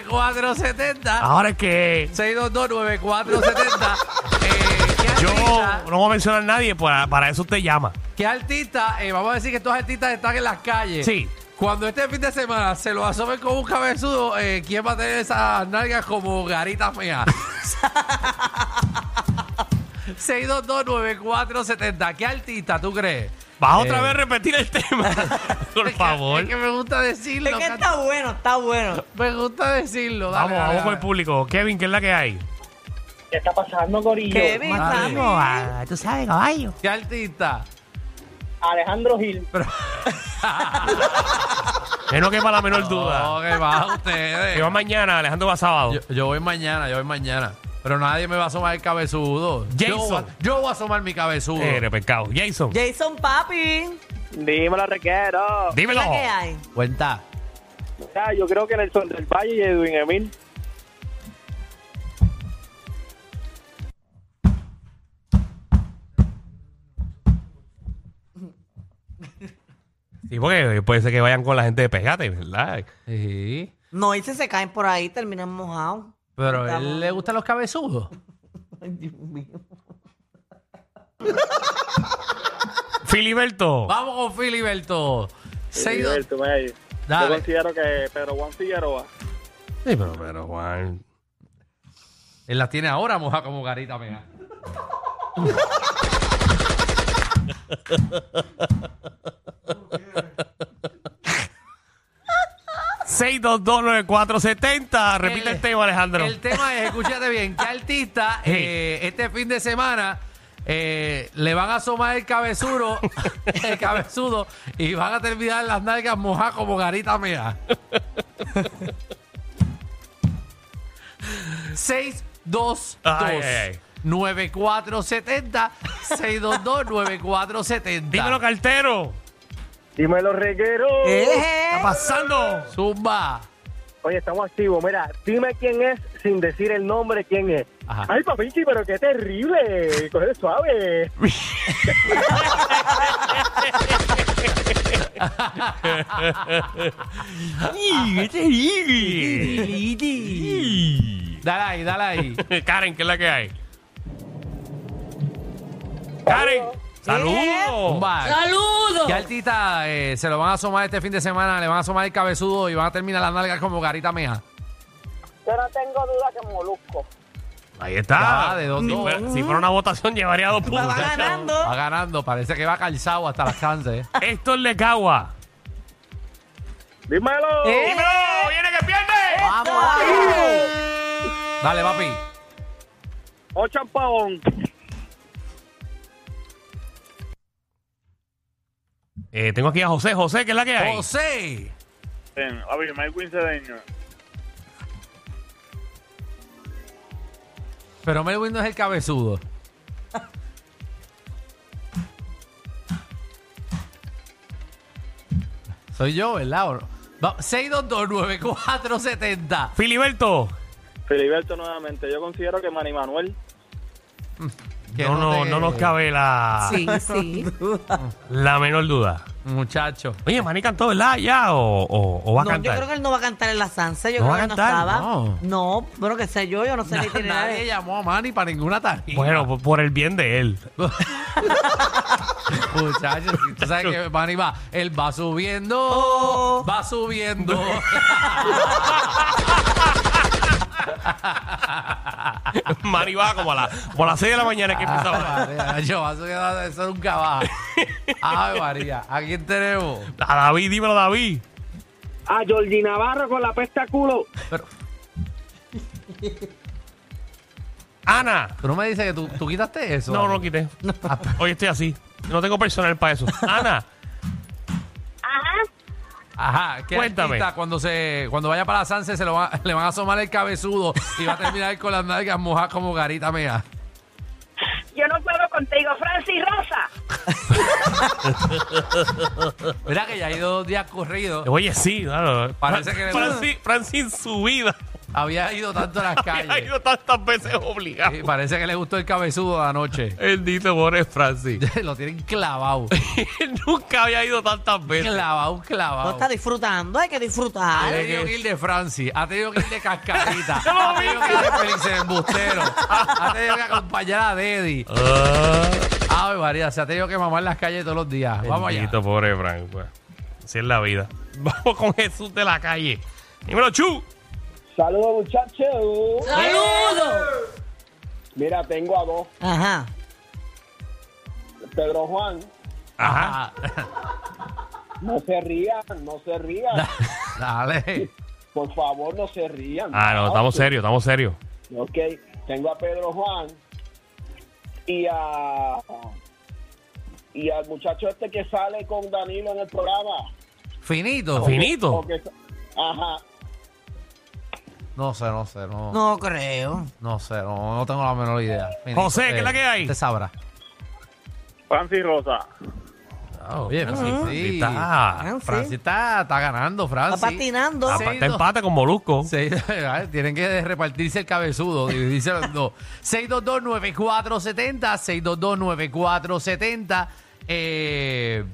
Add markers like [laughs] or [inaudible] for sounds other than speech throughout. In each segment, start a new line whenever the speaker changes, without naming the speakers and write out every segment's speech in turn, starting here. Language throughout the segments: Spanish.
6229470.
Ah, Ahora es que
6229470. Eh, ¿qué
yo
artista-
no voy a mencionar a nadie, para, para eso usted llama.
¿Qué artista? eh, vamos a decir que estos artistas están en las calles.
Sí.
Cuando este fin de semana se lo asomen con un cabezudo, eh, ¿quién va a tener esas nalgas como garitas [laughs] feas? 6229470. ¿Qué artista tú crees?
Vas otra
Eh.
vez a repetir el tema. [laughs] por
Es que-
favor.
Es que me gusta decirlo.
Es que
canto.
está bueno, está bueno.
Me gusta decirlo.
vamos,
Dale, dale,
vamos con
dale.
el público. Kevin, ¿qué es la que hay?
¿Qué está pasando, Corillo?
Kevin,
madre.
papi.
Tú sabes, caballo.
¿Qué artista?
Alejandro Gil.
Que no quepa la menor
No,
duda.
que
[laughs]
va
Que
ustedes.
va mañana, Alejandro va sábado.
Yo, yo voy mañana, yo voy mañana. Pero nadie me va a asomar el cabezudo. Yo,
Jason.
voy a- yo voy a asomar mi cabezudo.
Eh, pecado. Jason,
Jason, papi.
Dímelo, Requero.
¿Qué
dímelo.
la que hay?
Cuenta.
Ya, yo creo que Nelson del Valle y Edwin Emil.
Sí, porque puede ser que vayan con la gente de Pegate, ¿verdad?
Sí.
No, y si se caen por ahí, terminan mojados.
Pero a
Estamos-
él le gustan los cabezudos.
Ay, Dios mío.
Filiberto.
Vamos con Filiberto. Seis dos-
Gilberto, ve ahí. Yo
Dale.
considero que Pedro Juan Figueroa.
Sí, pero, pero, Juan.
Él las tiene ahora, moja como garita, mira.
Repite
El-
el tema, Alejandro.
El tema es, escúchate bien, [laughs] ¿qué artista
Sí.
eh, este fin de semana eh, le van a asomar el [laughs] cabezudo, el cabezudo y van a terminar las nalgas mojadas como garita [laughs] mía? 622
Ay, ay, ay.
9470 622 9470
Dímelo, cartero.
Dímelo, Reguero.
Eh,
¿Qué pasando?
Zumba.
Oye, estamos activos. Mira, dime quién es sin decir el nombre quién es.
Ajá.
Ay, papichi, pero qué terrible. Coge suave.
Dale ahí, dale ahí.
Karen, ¿qué es la que hay? Karen, saludos.
Zumba. ¿Qué artista eh, se lo van a asomar este fin de semana? Le van a asomar el cabezudo y van a terminar las nalgas como garita meja.
Yo no tengo duda que Molusco.
Ahí está.
Ya, de dos,
si,
dos.
fuera, si fuera una votación, llevaría dos
va
puntos.
ganando.
Va ganando, parece que va calzado hasta las ¿eh? chances.
Héctor Lecagua.
Dímelo.
Eh.
¡Dímelo! ¡Viene que pierde!
Dale, papi.
O champabón.
Eh, tengo aquí a José. José, ¿qué es la que hay?
José.
A ver, Mike Cedeño.
Pero Melwin no es el cabezudo. Soy yo, ¿verdad? ¿O no? Va- 6229470.
Filiberto.
Filiberto nuevamente, yo considero que Manny Manuel
Que
No, no,
te-
no nos cabe la, [laughs]
Sí, sí.
la menor duda.
Muchacho.
Oye, Manny cantó, ¿verdad? Ya, o, o- o va a
no,
cantar.
yo creo que él no va a cantar en la salsa. Yo
¿No va
creo
a
que
cantar?
no estaba.
No.
No, bueno, que sé yo, yo
[laughs]
no sé
Na-
ni tiene
[laughs] nadie llamó a Manny para ninguna tarjeta.
Bueno, por, por el bien de él. [laughs]
Muchachos, si tú sabes [laughs] que Manny va, él va subiendo, va subiendo. [laughs]
Manny va como a, la, como a las 6 de la mañana que empezaba.
Ay, María, Yo va subiendo, eso nunca va. Ay, María, ¿a quién tenemos?
A David, dímelo, David.
A Ah, Jordi Navarro con la pesta culo.
Pero
Ana.
tú no me dices que tú, tú quitaste eso.
No, no lo quité. Hoy estoy así. No tengo personal para eso. Ana,
Ajá, ¿qué
Cuéntame.
artista cuando se cuando vaya para la Sanse se lo va- le van a asomar el cabezudo y va a terminar con las nalgas mojadas como garita mea.
Yo no puedo contigo, Francis Rosa.
Mira que ya ha ido dos días corridos,
oye, sí, claro.
Parece que le-
Francis, Francis, su vida.
[laughs] había ido tanto a
[laughs]
las
Ha
calles.
ido tantas veces obligado.
Y parece que le gustó el cabezudo de anoche.
Bendito pobre [laughs] Francis.
[laughs] lo tienen clavado.
Nunca había ido tantas veces.
Clavado,
No
clavado.
está disfrutando, hay que
Ha
disfrutar.
tenido que ir de Francis, ha tenido que ir de Cascarita,
[laughs] No,
ha tenido que ir de
mija.
Félix el Embustero, ha tenido que acompañar a Deddy.
Ah,
Ay, María, se ha tenido que mamar las calles todos los días. Vamos allá.
bendito pobre Frank. pues. Así es la vida. [laughs] Vamos con Jesús de la calle. Dímelo, Chu.
Saludos muchachos.
¡Saludos!
Mira, tengo a dos.
Ajá.
Pedro Juan,
Ajá.
Ah,
no se rían, no se rían.
[laughs] Dale.
Por favor, no se rían.
Ah, no, estamos serios, estamos serios.
Ok, tengo a Pedro Juan y a y al muchacho este que sale con Danilo en el programa.
Finito.
Finito.
O que- ajá.
No sé, no sé, no, no.
No creo.
sé, no, no tengo la menor idea.
José, ¿qué es la que hay?
Te sabrá.
Francis Rosa.
Ah, Oye, Francis, sí.
Está,
Francis.
Francis está, está ganando, Francis.
Ah, Está patinando.
Ah,
está empate con Molusco.
Sí, [laughs] ay, tienen que repartirse el cabezudo, dividirse los dos. 622-9470, 622-9470. Eh,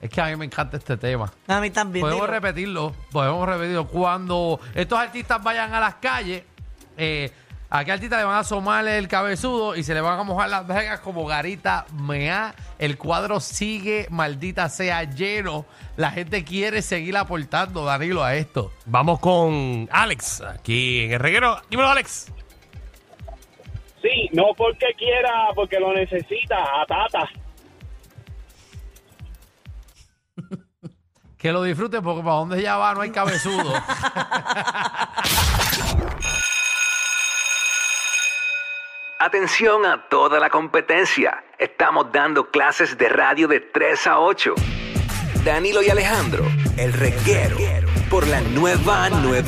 es que a mí me encanta este tema.
A mí también.
Podemos
digo.
repetirlo, podemos repetirlo. Cuando estos artistas vayan a las calles, eh, a qué artista le van a asomar el cabezudo y se le van a mojar las vegas como garita mea. El cuadro sigue, maldita sea, lleno. La gente quiere seguir aportando, Danilo, a esto.
Vamos con Alex, aquí en el reguero. Dímelo, Alex.
Sí, no porque quiera, porque lo necesita, a Tata.
Que lo disfruten porque para donde ella va no hay cabezudo.
Atención a toda la competencia. Estamos dando clases de radio de 3 a 8. Danilo y Alejandro, el reguero, por la nueva 9.